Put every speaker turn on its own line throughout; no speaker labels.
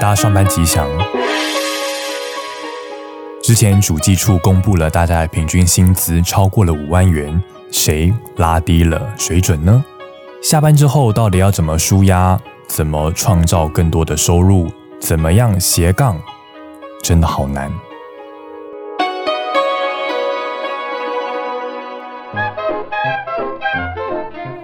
大家上班吉祥。之前主计处公布了大家的平均薪资超过了五万元，谁拉低了水准呢？下班之后到底要怎么舒压？怎么创造更多的收入？怎么样斜杠？真的好难。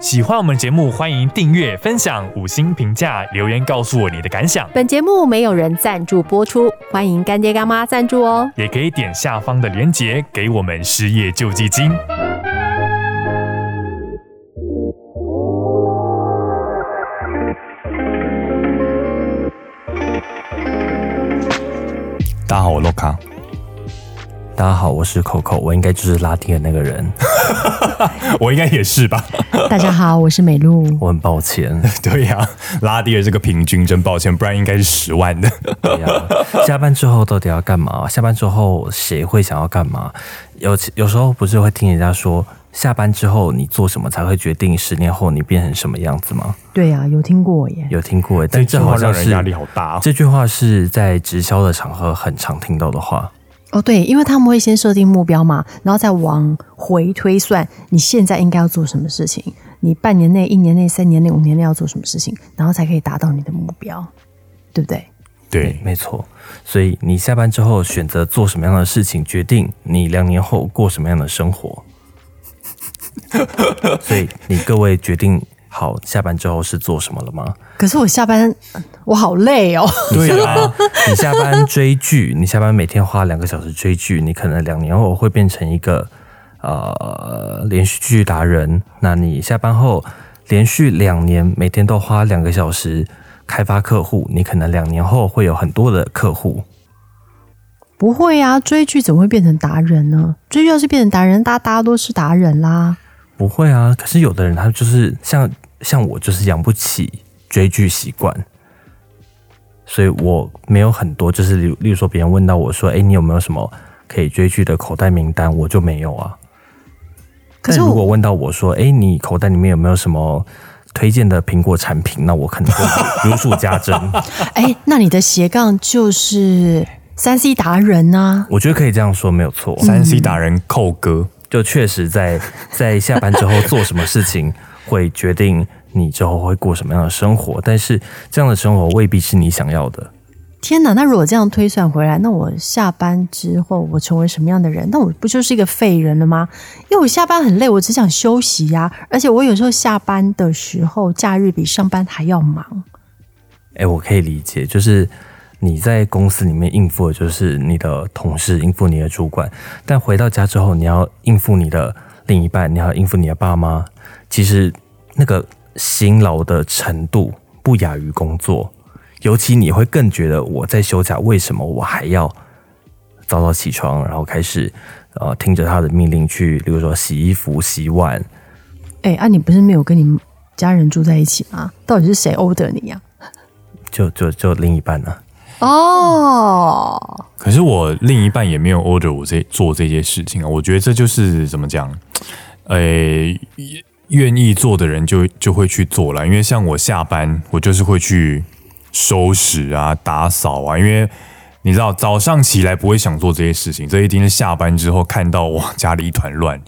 喜欢我们节目，欢迎订阅、分享、五星评价、留言告诉我你的感想，
本节目没有人赞助播出，欢迎干爹干妈赞助哦。
也可以点下方的链接给我们失业救济金。大家好，我洛卡。
大家好，我是 Coco，我应该就是拉丁的那 个人，
我应该也是吧？
大家好，我是美露。
我很抱歉。
对呀、拉低了这个平均，真抱歉，不然应该是十万的。
对呀，下班之后到底要干嘛？下班之后谁会想要干嘛？有其有时候不是会听人家说，下班之后你做什么才会决定十年后你变成什么样子吗？
对啊，有听过耶。
有听过耶，但这好像
让人
是
压力好大、哦。
这句话是在直销的场合很常听到的话。
哦，对，因为他们会先设定目标嘛，然后再往回推算你现在应该要做什么事情，你半年内、一年内、三年内、五年内要做什么事情，然后才可以达到你的目标，对不对？
对，
没错。所以你下班之后选择做什么样的事情，决定你两年后过什么样的 生活。所以你各位决定好下班之后是做什么了吗？
可是我下班，我好累哦。
对啊，
你下班追剧，你下班每天花两个小时追剧，你可能两年后会变成一个呃连续剧达人。那你下班后连续两年每天都花两个小时开发客户，你可能两年后会有很多的客户。
不会啊，追剧怎么会变成达人呢？追剧要是变成达人，大家大家都是达人啦。
不会啊，可是有的人他就是像像我，就是养不起追剧习惯，所以我没有很多，就是例如例如说别人问到我说：“哎，你有没有什么可以追剧的口袋名单？”我就没有啊。
可
但
是
如果
我
问到我说：“哎，你口袋里面有没有什么推荐的苹果产品？”那我可能就 如数家珍。
哎，那你的斜杠就是三 C 达人啊呐、
我觉得可以这样说，没有错。
三 C 达人扣哥，
就确实在在下班之后做什么事情，会决定你之后会过什么样的生活。但是这样的生活未必是你想要的。
天哪！那如果这样推算回来，那我下班之后我成为什么样的人？那我不就是一个废人了吗？因为我下班很累，我只想休息呀、而且我有时候下班的时候，假日比上班还要忙。
哎、我可以理解，就是你在公司里面应付的就是你的同事，应付你的主管，但回到家之后，你要应付你的另一半，你要应付你的爸妈，其实那个辛劳的程度不亚于工作，尤其你会更觉得我在休假，为什么我还要早早起床，然后开始呃听着他的命令去，比如说洗衣服、洗碗，
哎，啊，你不是没有跟你家人住在一起吗？到底是谁 order 你啊呀、
就就就另一半呢、
哦，
可是我另一半也没有 order 我这做这些事情啊，我觉得这就是怎么讲，呃，愿意做的人就就会去做了，因为像我下班，我就是会去收拾啊、打扫啊，因为你知道早上起来不会想做这些事情，这一定是下班之后看到哇家里一团乱，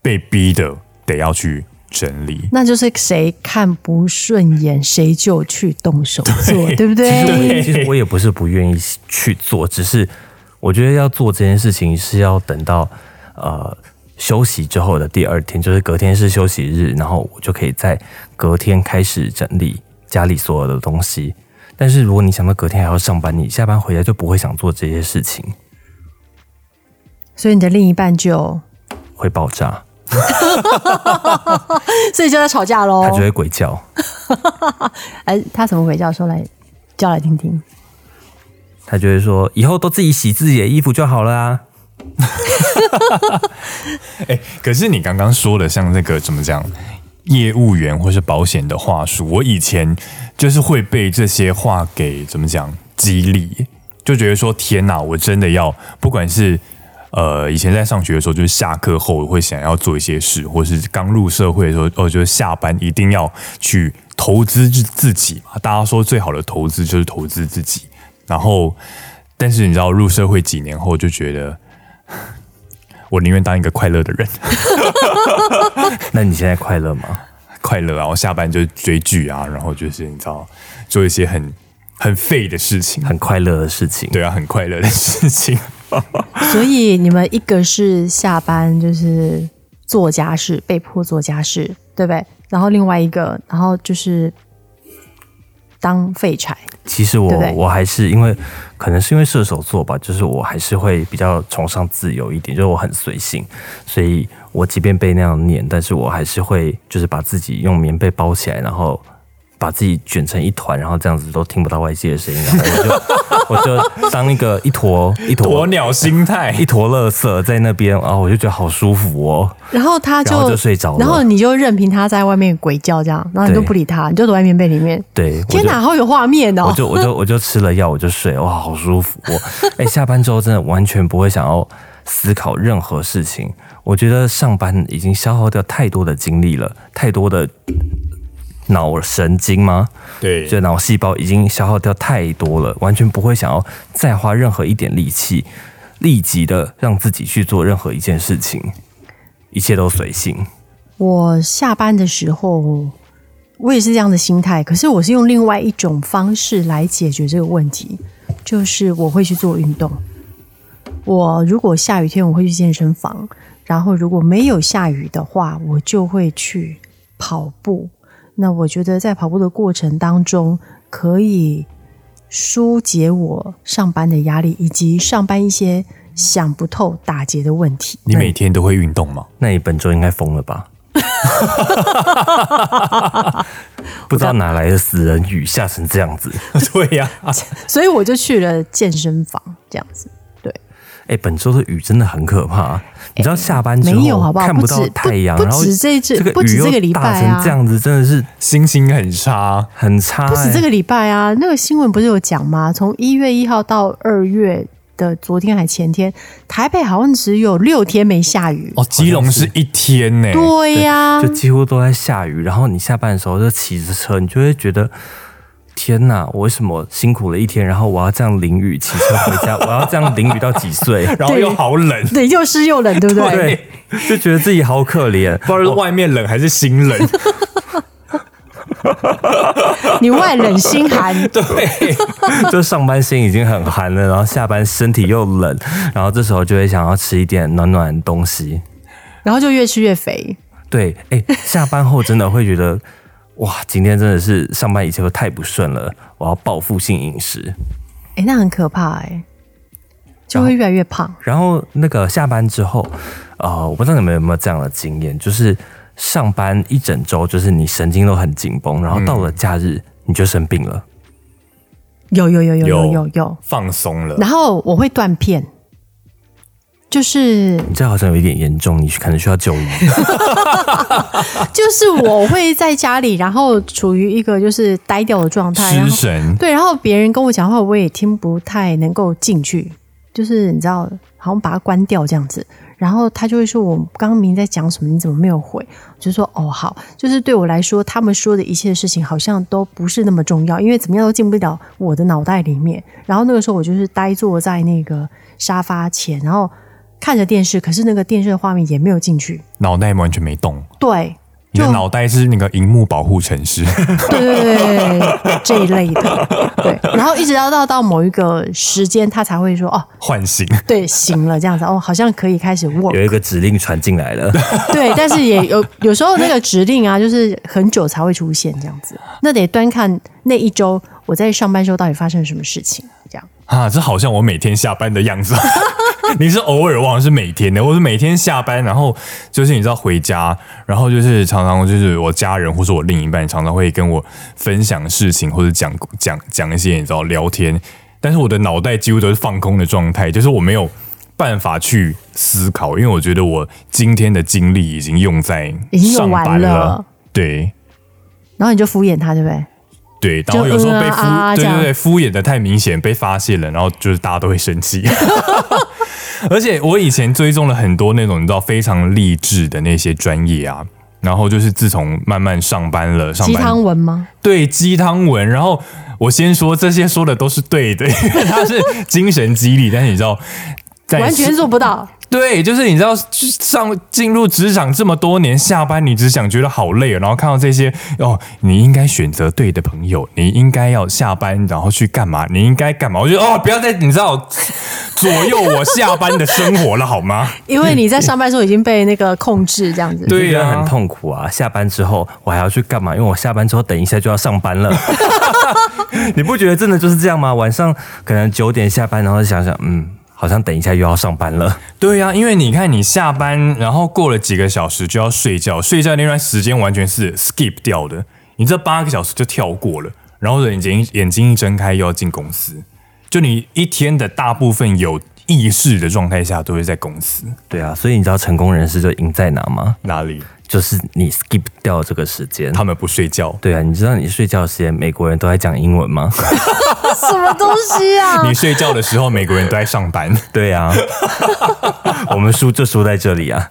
被逼的得要去整理。
那就是谁看不顺眼，谁就去动手做，对不对？
其实我也其实我也不是不愿意去做，只是我觉得要做这件事情是要等到呃休息之后的第二天，就是隔天是休息日，然后我就可以在隔天开始整理家里所有的东西。但是如果你想到隔天还要上班，你下班回家就不会想做这些事情，
所以你的另一半就，
会爆炸，
所以就在吵架喽
他。就会鬼叫。
哎，他怎么鬼叫？说来叫来听听。
他就会说：“以后都自己洗自己的衣服就好了啊。
哎、可是你刚刚说的像那个怎么讲，业务员或是保险的话术，我以前就是会被这些话给怎么讲激励，就觉得说天哪，我真的要，不管是呃以前在上学的时候，就是下课后会想要做一些事，或是刚入社会的时候，哦，就是下班一定要去投资自自己嘛。大家说最好的投资就是投资自己。然后，但是你知道，入社会几年后就觉得，我宁愿当一个快乐的人，
那你现在快乐吗？
快乐啊，然后下班就追剧啊，然后就是你知道，做一些很很废的事情，
很快乐的事情。
对啊，很快乐的事 情。
所以你们一个是下班就是做家事，被迫做家事，对不对？然后另外一个，然后就是当废柴，
其实我
对不对
我还是因为可能是因为射手座吧，就是我还是会比较崇尚自由一点，就是我很随性，所以我即便被那样念，但是我还是会就是把自己用棉被包起来，然后把自己卷成一团，然后这样子都听不到外界的声音，然后我就 我就当一个一坨一
鸵
坨
鸟心态，
一坨垃圾在那边啊，我就觉得好舒服哦。
然后他就
然后就睡着了
然后你就任凭他在外面鬼叫这样，然后你
对
都不理他，你就躲在棉被里面。
对，我
天
就
哪，好有画面哦
我！就我就我就吃了药，我就睡，哇，好舒服！我哎、下班之后真的完全不会想要思考任何事情。我觉得上班已经消耗掉太多的精力了，太多的脑神经吗？
对
就脑细胞已经消耗掉太多了，完全不会想要再花任何一点力气，立即的让自己去做任何一件事情，一切都随性。
我下班的时候，我也是这样的心态，可是我是用另外一种方式来解决这个问题，就是我会去做运动。我如果下雨天，我会去健身房；然后如果没有下雨的话，我就会去跑步。那我觉得在跑步的过程当中，可以疏解我上班的压力，以及上班一些想不透、打结的问题。
你每天都会运动吗？
那你本周应该疯了吧？ 不知道哪来的死人雨下成这样子。
对呀、
所以我就去了健身房，这样子。对，
哎、本周的雨真的很可怕。啊你知道下班之后
哎没有好不好
看到
不止
太阳，
不
然后
不止这一次
这
不
个
止
雨又
这个礼拜啊
大成这样子真的是
心情很差，
很差、
不止
哎
这个礼拜啊，那个新闻不是有讲吗？从一月一号到二月的昨天还前天，台北好像只有六天没下雨。
哦，基隆是一天呢、
对呀、
就几乎都在下雨。然后你下班的时候就骑着车，你就会觉得。天呐！我为什么辛苦了一天，然后我要这样淋雨骑车回家？我要这样淋雨到几岁？
然后又好冷，
对，又湿又冷， 对不 对？
对，就觉得自己好可怜。
不知道是外面冷还是心 冷。
你外冷心寒，
对，
就上班心已经很寒了，然后下班身体又冷，然后这时候就会想要吃一点暖暖的东西。
然后就越吃越肥。
对，哎、下班后真的会觉得，哇，今天真的是上班一切都太不顺了，我要报复性饮食。
哎，那很可怕哎、就会越来越胖。
然后那个下班之后，呃，我不知道你们有没有这样的经验，就是上班一整周，就是你神经都很紧绷，然后到了假日、你就生病了。
有有有有有有
有
有。
放松了，
然后我会断片，就是
你这好像有一点严重，你可能需要就医。
就是我会在家里，然后处于一个就是呆掉的 状态，然
失
后
神，
对，然后别人跟我讲话，我也听不太能够进去，就是你知道，好像把它关掉这样子。然后他就会说：“我刚刚明明在讲什么？你怎么没有回？”我就说：“哦，好，就是对我来说，他们说的一切事情好像都不是那么重要，因为怎么样都进不了我的脑袋里面。”然后那个时候我就是呆坐在那个沙发前，然后看着电视，可是那个电视的画面也没有进去。
脑袋完全没动。
对，
你的
就
脑袋是那个荧幕保护城市，
对这一类的，对，然后一直要到到某一个时间，他才会说哦，
唤醒。
对，行了，这样子哦，好像可以开始 work，
有一个指令传进来了，
对，但是也有有时候那个指令啊，就是很久才会出现这样子，那得端看那一周我在上班时候到底发生了什么事情，这样。
啊，这好像我每天下班的样子。 你是偶尔忘，是每天的，我是每天下班，然后就是你知道回家，然后就是常常就是我家人或是我另一半常常会跟我分享事情或者讲讲讲一些你知道聊天，但是我的脑袋几乎都是放空的状态，就是我没有办法去思考，因为我觉得我今天的精力已经用在
已经用
上
完
班
了
对。
然后你就敷衍他，对不对？
对，然后
就
有时候
嗯啊
被敷，
啊啊
对
这样
对对，敷衍的太明显，被发现了，然后就是大家都会生气。 而且我以前追踪了很多那种你知道非常励志的那些专业啊，然后就是自从慢慢上班了，上
鸡
班
汤文吗？
对鸡汤文，然后我先说这些说的都是对的， 因为它是精神激励，但是你知道。在
完全做不到。
对，就是你知道上进入职场这么多年，下班你只想觉得好累哦，然后看到这些哦，你应该选择对的朋友，你应该要下班然后去干嘛，你应该干嘛？我觉得哦，不要再你知道左右我下班的生活了好吗？
因为你在上班的时候已经被那个控制这样子。
对
呀、
啊
很痛苦啊！下班之后我还要去干嘛？因为我下班之后等一下就要上 班了。你不觉得真的就是这样吗？晚上可能九点下班，然后想想，嗯，好像等一下又要上班了。
对呀、因为你看你下班，然后过了几个小时就要睡觉，睡觉那段时间完全是 skip 掉的，你这八个小时就跳过了，然后眼睛眼睛一睁开又要进公司，就你一天的大部分有意识的状态下都会在公司
对啊，所以你知道成功人士就赢在哪吗？
哪里？
就是你 skip 掉这个时间。
他们不睡觉，
对啊，你知道你睡觉时间美国人都在讲英文 吗？
什么东西啊？
你睡觉的时候美国人都在上班，
对啊，我们输就输在这里啊！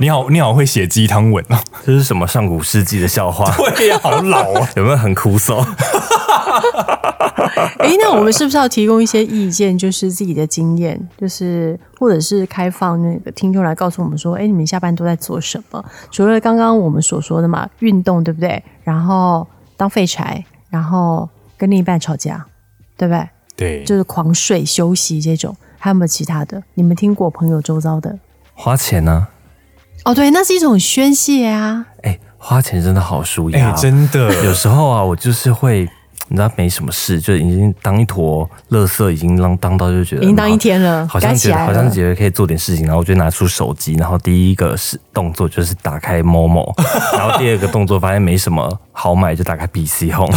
你好你好会写鸡汤文哦，
这是什么上古世纪的 笑话？
对呀、好老啊。
有没有很枯燥？
诶，那我们是不是要提供一些意见，就是自己的经验，就是或者是开放那个听众来告诉我们说，诶，你们下班都在做什么？除了刚刚我们所说的嘛，运动对不对？然后当废柴，然后跟另一半吵架，对不对？
对，
就是狂睡、休息这种，还有没有其他的？你们听过朋友周遭的？
花钱呢、
哦，对，那是一种宣泄啊。
哎、花钱真的好舒
哎、
压、
真的
有时候啊，我就是会，你知道没什么事，就已经当一坨垃圾，已经当当到就觉得
已经当一天了
好
该
像
起
觉得
来
好
了
像觉得可以做点事情，然后我就拿出手机，然后第一个是动作就是打 开 Momo，然后第二个动作发现没什么好买，就打开 PC Home，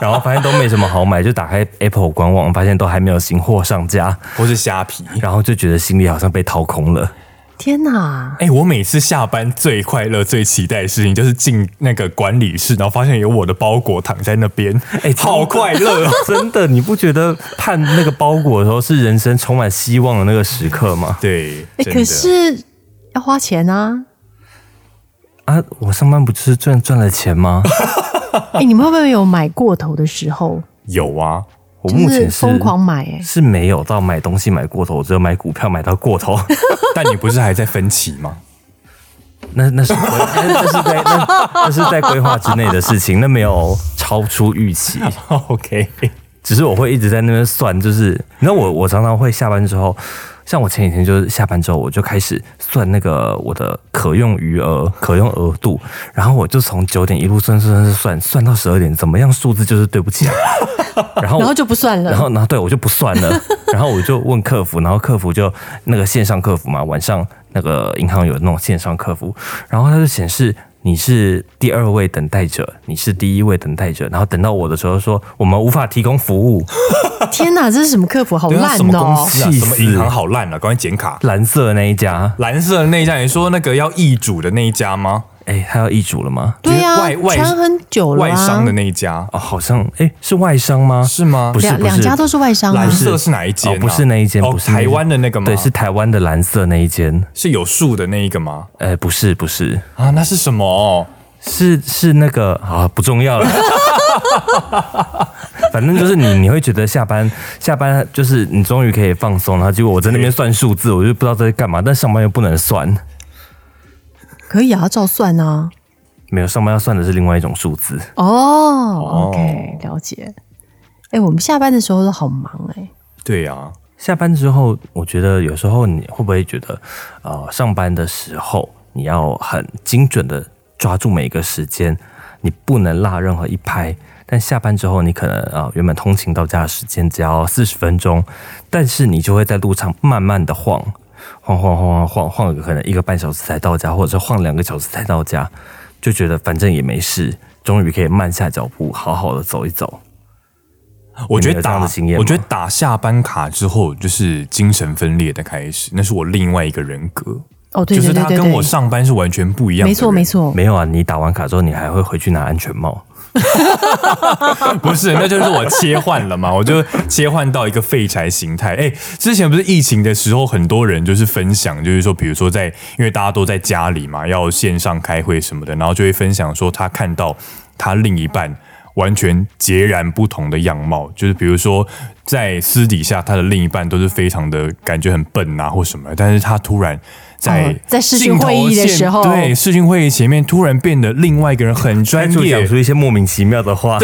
然后发现都没什么好买，就打开 Apple 官网，发现都还没有新货上架，
或是虾皮。
然后就觉得心里好像被掏空了。
天哪！
哎、我每次下班最快乐、最期待的事情就是进那个管理室，然后发现有我的包裹躺在那边，哎、
哎
好快乐、哦！
真的，你不觉得看那个包裹的时候是人生充满希望的那个时刻吗？
对，真
诶，
的
哎可是要花钱啊。
啊，我上班不就是赚赚了 钱吗？
诶，你们会不会有买过头的时候？
有啊，
我
就
目前
是
是
疯狂买、欸诶。
是没有到买东西买过头，我只有买股票买到过头。
但你不是还在分歧吗？
那那是规那那是在那那是在规划之内的事情，那没有超出预期。
OK，
只是我会一直在那边算，就是你知道我我常常会下班之后，像我前几天就是下班之后我就开始算那个我的可用余额、可用额度，然后我就从九点一路算算算算算到十二点，怎么样数字就是对不起 来，然后
然后就不算了。
然后，然后对我就不算了，然后我就问客服，然后客服就那个线上客服嘛，晚上那个银行有那种线上客服，然后它就显示你是第二位等待者，你是第一位等待者，然后等到我的时候说我们无法提供服务，
天哪，这是什么客服？好
对啊
烂
什么公
哦！
司啊？
气
什
死
么银行好烂啊？赶快剪卡。
蓝色的那一家，
蓝色的那一家，你说那个要易主的那一家吗？
哎，他要易主了吗？
对
就
呀、
是外外
传很久了、啊。
外商的那一家啊
哦，好像哎是外商吗？
是吗？
不是
两两家都是外商啊
蓝。色是哪一间啊、
哦，不是那一间，
哦
不是那一
台湾的那个吗
对，是台湾的蓝色那一间，
是有树的那一个吗？
哎，不是不是，
啊，那是什么？
是是那个啊，不重要了。 反正就是你，你会觉得下班下班就是你终于可以放松，然后结果我在那边算数字，我就不知道在干嘛。但上班又不能算，
可以啊，照算啊。
没有上班要算的是另外一种数字。
哦
哦
o k 了解。哎、我们下班的时候都好忙哎、
对啊，
下班之后，我觉得有时候你会不会觉得，呃，上班的时候你要很精准的抓住每一个时间，你不能落任何一拍。但下班之后，你可能啊、呃原本通勤到家的时间只要四十分钟，但是你就会在路上慢慢的晃，晃晃晃晃晃晃，可能一个半小时才到家，或者是晃两个小时才到家，就觉得反正也没事，终于可以慢下脚步，好好的走一走。
我觉
你们
得
有这
打
样的经验吗
我觉得打下班卡之后，就是精神分裂的开始，那是我另外一个人格，
哦，对对
就是
对
他
对
跟我
对，
上班是完全不一样的。
没错没，错。
没有啊，你打完卡之后，你还会回去拿安全帽。
不是，那就是我切换了嘛，我就切换到一个废柴形态。哎，之前不是疫情的时候，很多人就是分享，就是说，比如说在因为大家都在家里嘛，要线上开会什么的，然后就会分享说他看到他另一半。完全截然不同的样貌。就是比如说，在私底下，他的另一半都是非常的感觉很笨啊或什么，但是他突然在、
哦在视讯会议的时候
对视讯会议前面突然变得另外一个人很专
就
业啊
讲，出一些莫名其妙的话，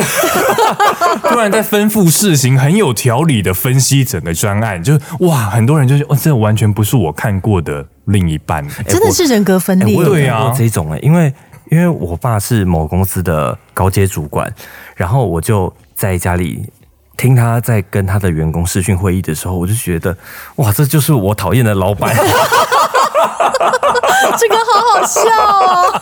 突然在吩咐事情很有条理的分析整个专案，就是哇，很多人就是哦哇，这完全不是我看过的另一半。
真的是人格分
哎
裂。
我有
对啊
看过这种哎、因为因为我爸是某公司的高阶主管，然后我就在家里听他在跟他的员工视讯会议的时候，我就觉得哇，这就是我讨厌的 老板。
这个好好笑哦！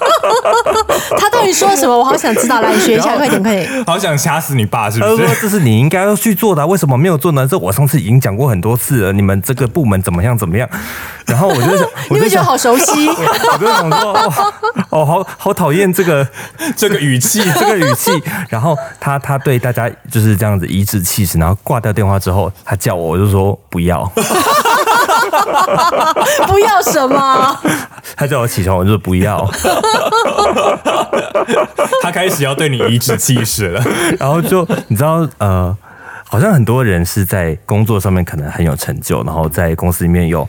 他到底说什么？我好想知道，来学一下，快点，快点！
好想掐死你爸是
他
不
说
是？：“
这是你应该要去做的啊、为什么没有做呢？这我上次已经讲过很多次了。你们这个部门怎么样怎么样？然后我 就想，
你
我就
会觉得
想，
好熟悉，
我就想说，哇哦，好好讨厌这个
这个语气
这个语气。然后他他对大家就是这样子颐指气使，然后挂掉电话之后，他叫我，我就说不要。
不要什么？
他叫我起床，我就说不 要。
他开始要对你颐指气使 了。
然后就你知道呃，好像很多人是在工作上面可能很有成就，然后在公司里面有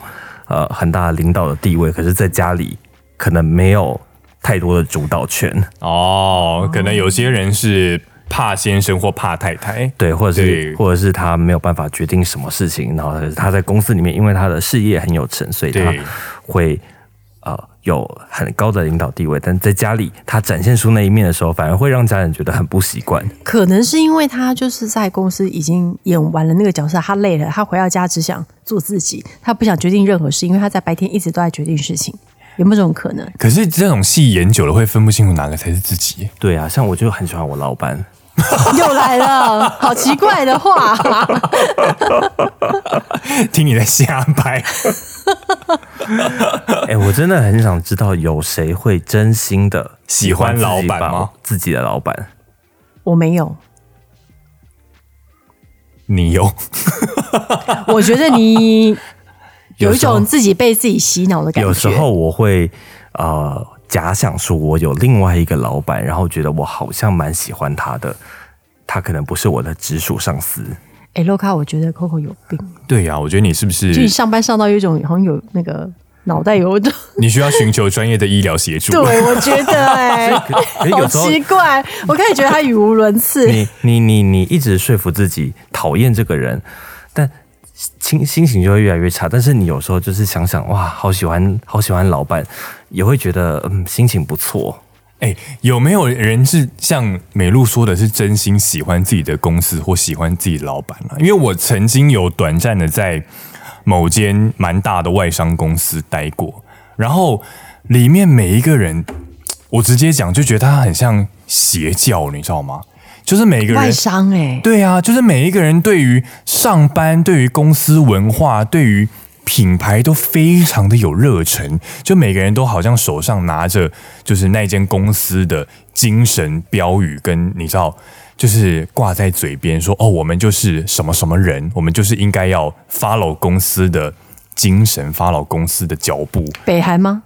呃很大的领导的地位，可是在家里可能没有太多的主导权，
哦，可能有些人是怕先生或怕太太，
对，或者
对
是或者是他没有办法决定什么事情，然后他在公司里面，因为他的事业很有成，所以他
对
会呃有很高的领导地位，但在家里他展现出那一面的时候，反而会让家人觉得很不习惯。
可能是因为他就是在公司已经演完了那个角色，他累了，他回到家只想做自己，他不想决定任何事，因为他在白天一直都在决定事情，有没有这种可能？
可是这种戏演久了会分不清楚哪个才是自己。
对啊，像我就很喜欢我老板，
又来了， 好奇怪的话，
听你在瞎掰，
哎、我真的很想知道有谁会真心的
喜欢老板吗？
自己的老板，
我没有，
你有
我觉得你有
有
一
时候
种自己被自己洗脑的感觉。
有时候我会呃假想说我有另外一个老板，然后觉得我好像蛮喜欢他的，他可能不是我的直属上司。
哎、洛卡，我觉得 Coco 有病，
对呀、我觉得你是不
就你
是
上班上到有一种好像有那个脑袋有一 种，
你需要寻求专业的医疗协助？
对我觉得 哎、
可是
好
有时候
奇怪，我开始觉得他语无伦次。
你你你你一直说服自己讨厌这个人，但心心情就会越来越差。但是你有时候就是想想哇，好喜欢好喜欢老板，也会觉得嗯心情不错。
哎、有没有人是像美露说的，是真心喜欢自己的公司或喜欢自己的老板啊？因为我曾经有短暂的在某间蛮大的外商公司待过，然后里面每一个人，我直接讲就觉得他很像邪教，你知道吗？就是每个
外
人
伤哎、
对啊，就是每一个人对于上班、对于公司文化、对于品牌都非常的有热忱，就每个人都好像手上拿着就是那间公司的精神标语，跟你知道。就是挂在嘴边说哦，我们就是什么什么人，我们就是应该要 follow 公司的精神，follow 公司的脚步。
北韩吗？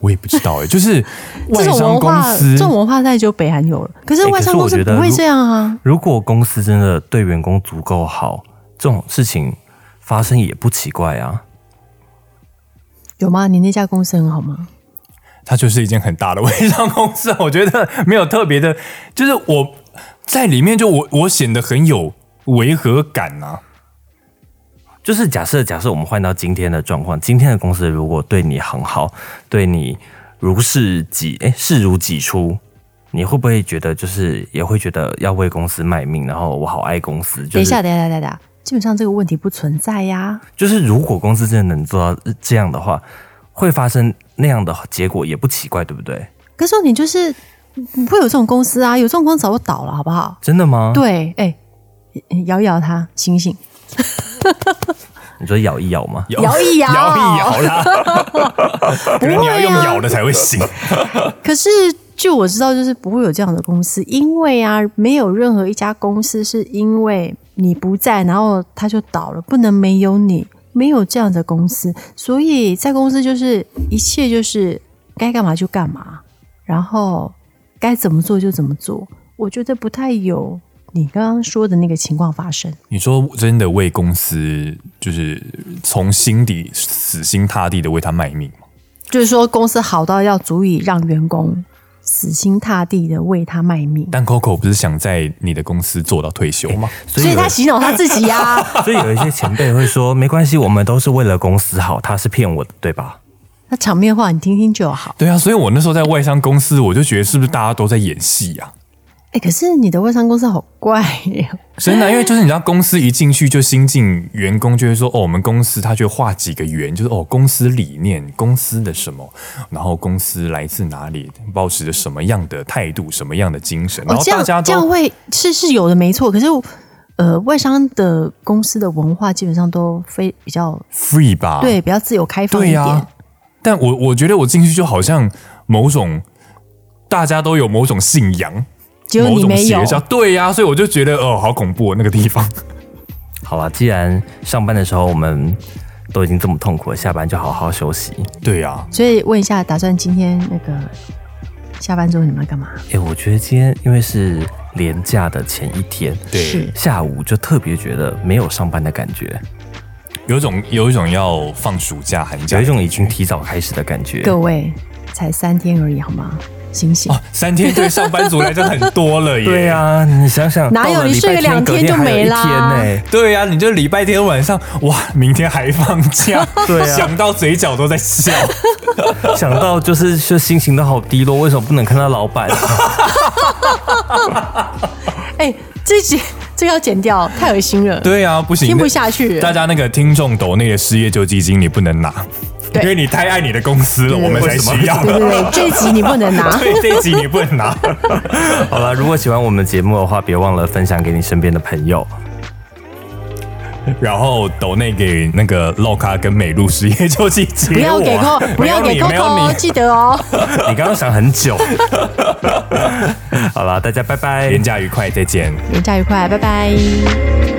我也不知道哎、就是
这
外
种
商
文
公
化，
司
这种文化在就北韩有了，可是
欸
外
可是
商公
我
司
觉得
不会
如
这样啊。
如果公司真的对员工足够好，这种事情发生也不奇怪啊。
有吗？你那家公司很好吗？
它就是一间很大的微商公司，我觉得没有特别的，就是我在里面就我我显得很有违和感啊。
就是假设假设我们换到今天的状况，今天的公司如果对你很好，对你如视己诶视如己出，你会不会觉得就是也会觉得要为公司卖命，然后我好爱公司？就是、
等一下，，等一下，等一下，基本上这个问题不存在呀、
就是如果公司真的能做到这样的话，会发生那样的结果也不奇怪，对不对？
可是你就是不会有这种公司啊，有这种公司早就倒了，好不好？
真的吗？，
对，哎、摇一摇他，醒醒，
你说咬一咬吗？
摇
摇一摇
摇一摇啦，可能你要用咬的才会醒。
可是据我知道，就是不会有这样的公司，因为啊，没有任何一家公司是因为你不在，然后它就倒了，不能没有你，没有这样的公司。所以在公司就是一切就是该干嘛就干嘛，然后该怎么做就怎么做。我觉得不太有你刚刚说的那个情况发生。
你说真的为公司就是从心底死心塌地的为他卖命吗？
就是说，公司好到要足以让员工死心塌地的为他卖命，
但 Coco 不是想在你的公司做到退休吗？
所
所
以
以
有
他洗脑他自己啊呀、
所以有一些前辈会说，没关系，我们都是为了公司好，他是骗我的，对吧？
那场面话你听听就好。
对啊，所以我那时候在外商公司，我就觉得是不是大家都在演戏啊？
哎、可是你的外商公司好怪呀、
真的啊，因为就是你知道，公司一进去就新进员工就会说，哦，我们公司他就会画几个圆，就是哦，公司理念、公司的什么，然后公司来自哪里，保持着什么样的态度、什么样的精神，然
哦，
后
这
大
样
家
这样
都
会是是有的没错，可是呃，外商的公司的文化基本上都非比较
free 吧？
对，比较自由开放
啊
一
对啊
点。
呀、但我我觉得我进去就好像某种大家都有某种信仰，
只有
某
你
种
没有
邪，教，对呀、所以我就觉得哦，好恐怖、哦、那个地方。
好啦，既然上班的时候我们都已经这么痛苦了，下班就好好休息。
对啊呀、
所以问一下，打算今天那个下班之后你们要干嘛？
哎、我觉得今天因为是连假的前一天，
对啊
是
下午就特别觉得没有上班的感觉，
有一种有一种要放暑假、寒假，
有一种已经提早开始的感觉。
各位才三天而已，好吗？醒醒！
哦，三天对上班族来讲很多了耶。
对呀、啊，你想想，
哪有
到了
你
礼拜
睡个两
隔
天就
还有
没
一
啦
天呢、
对呀、你就礼拜天晚上，哇，明天还放假，
对啊
想到嘴角都在笑。
想到就是就心情都好低落，为什么不能看到老板？
哎、这集这个要剪掉，太恶心了，
对呀、不行，
听不下去。
大家那个听众抖那个失业救济金，你不能拿，
对
因为你太爱你的公司了，
对
我们才需要。
对对对，这一集你不能拿。
对，这一集你不能拿。
好了，如果喜欢我们节目的话，别忘了分享给你身边的朋友。
然后抖内给那个 Loka 跟美露失业救济金，
不要给
我啊
Coco，不要
没有
给
你没有
Coco，哦
你
记得哦。
你刚刚想很久。 好了，大家拜拜，
嗯廉价愉快，再见。
廉价愉快，拜拜。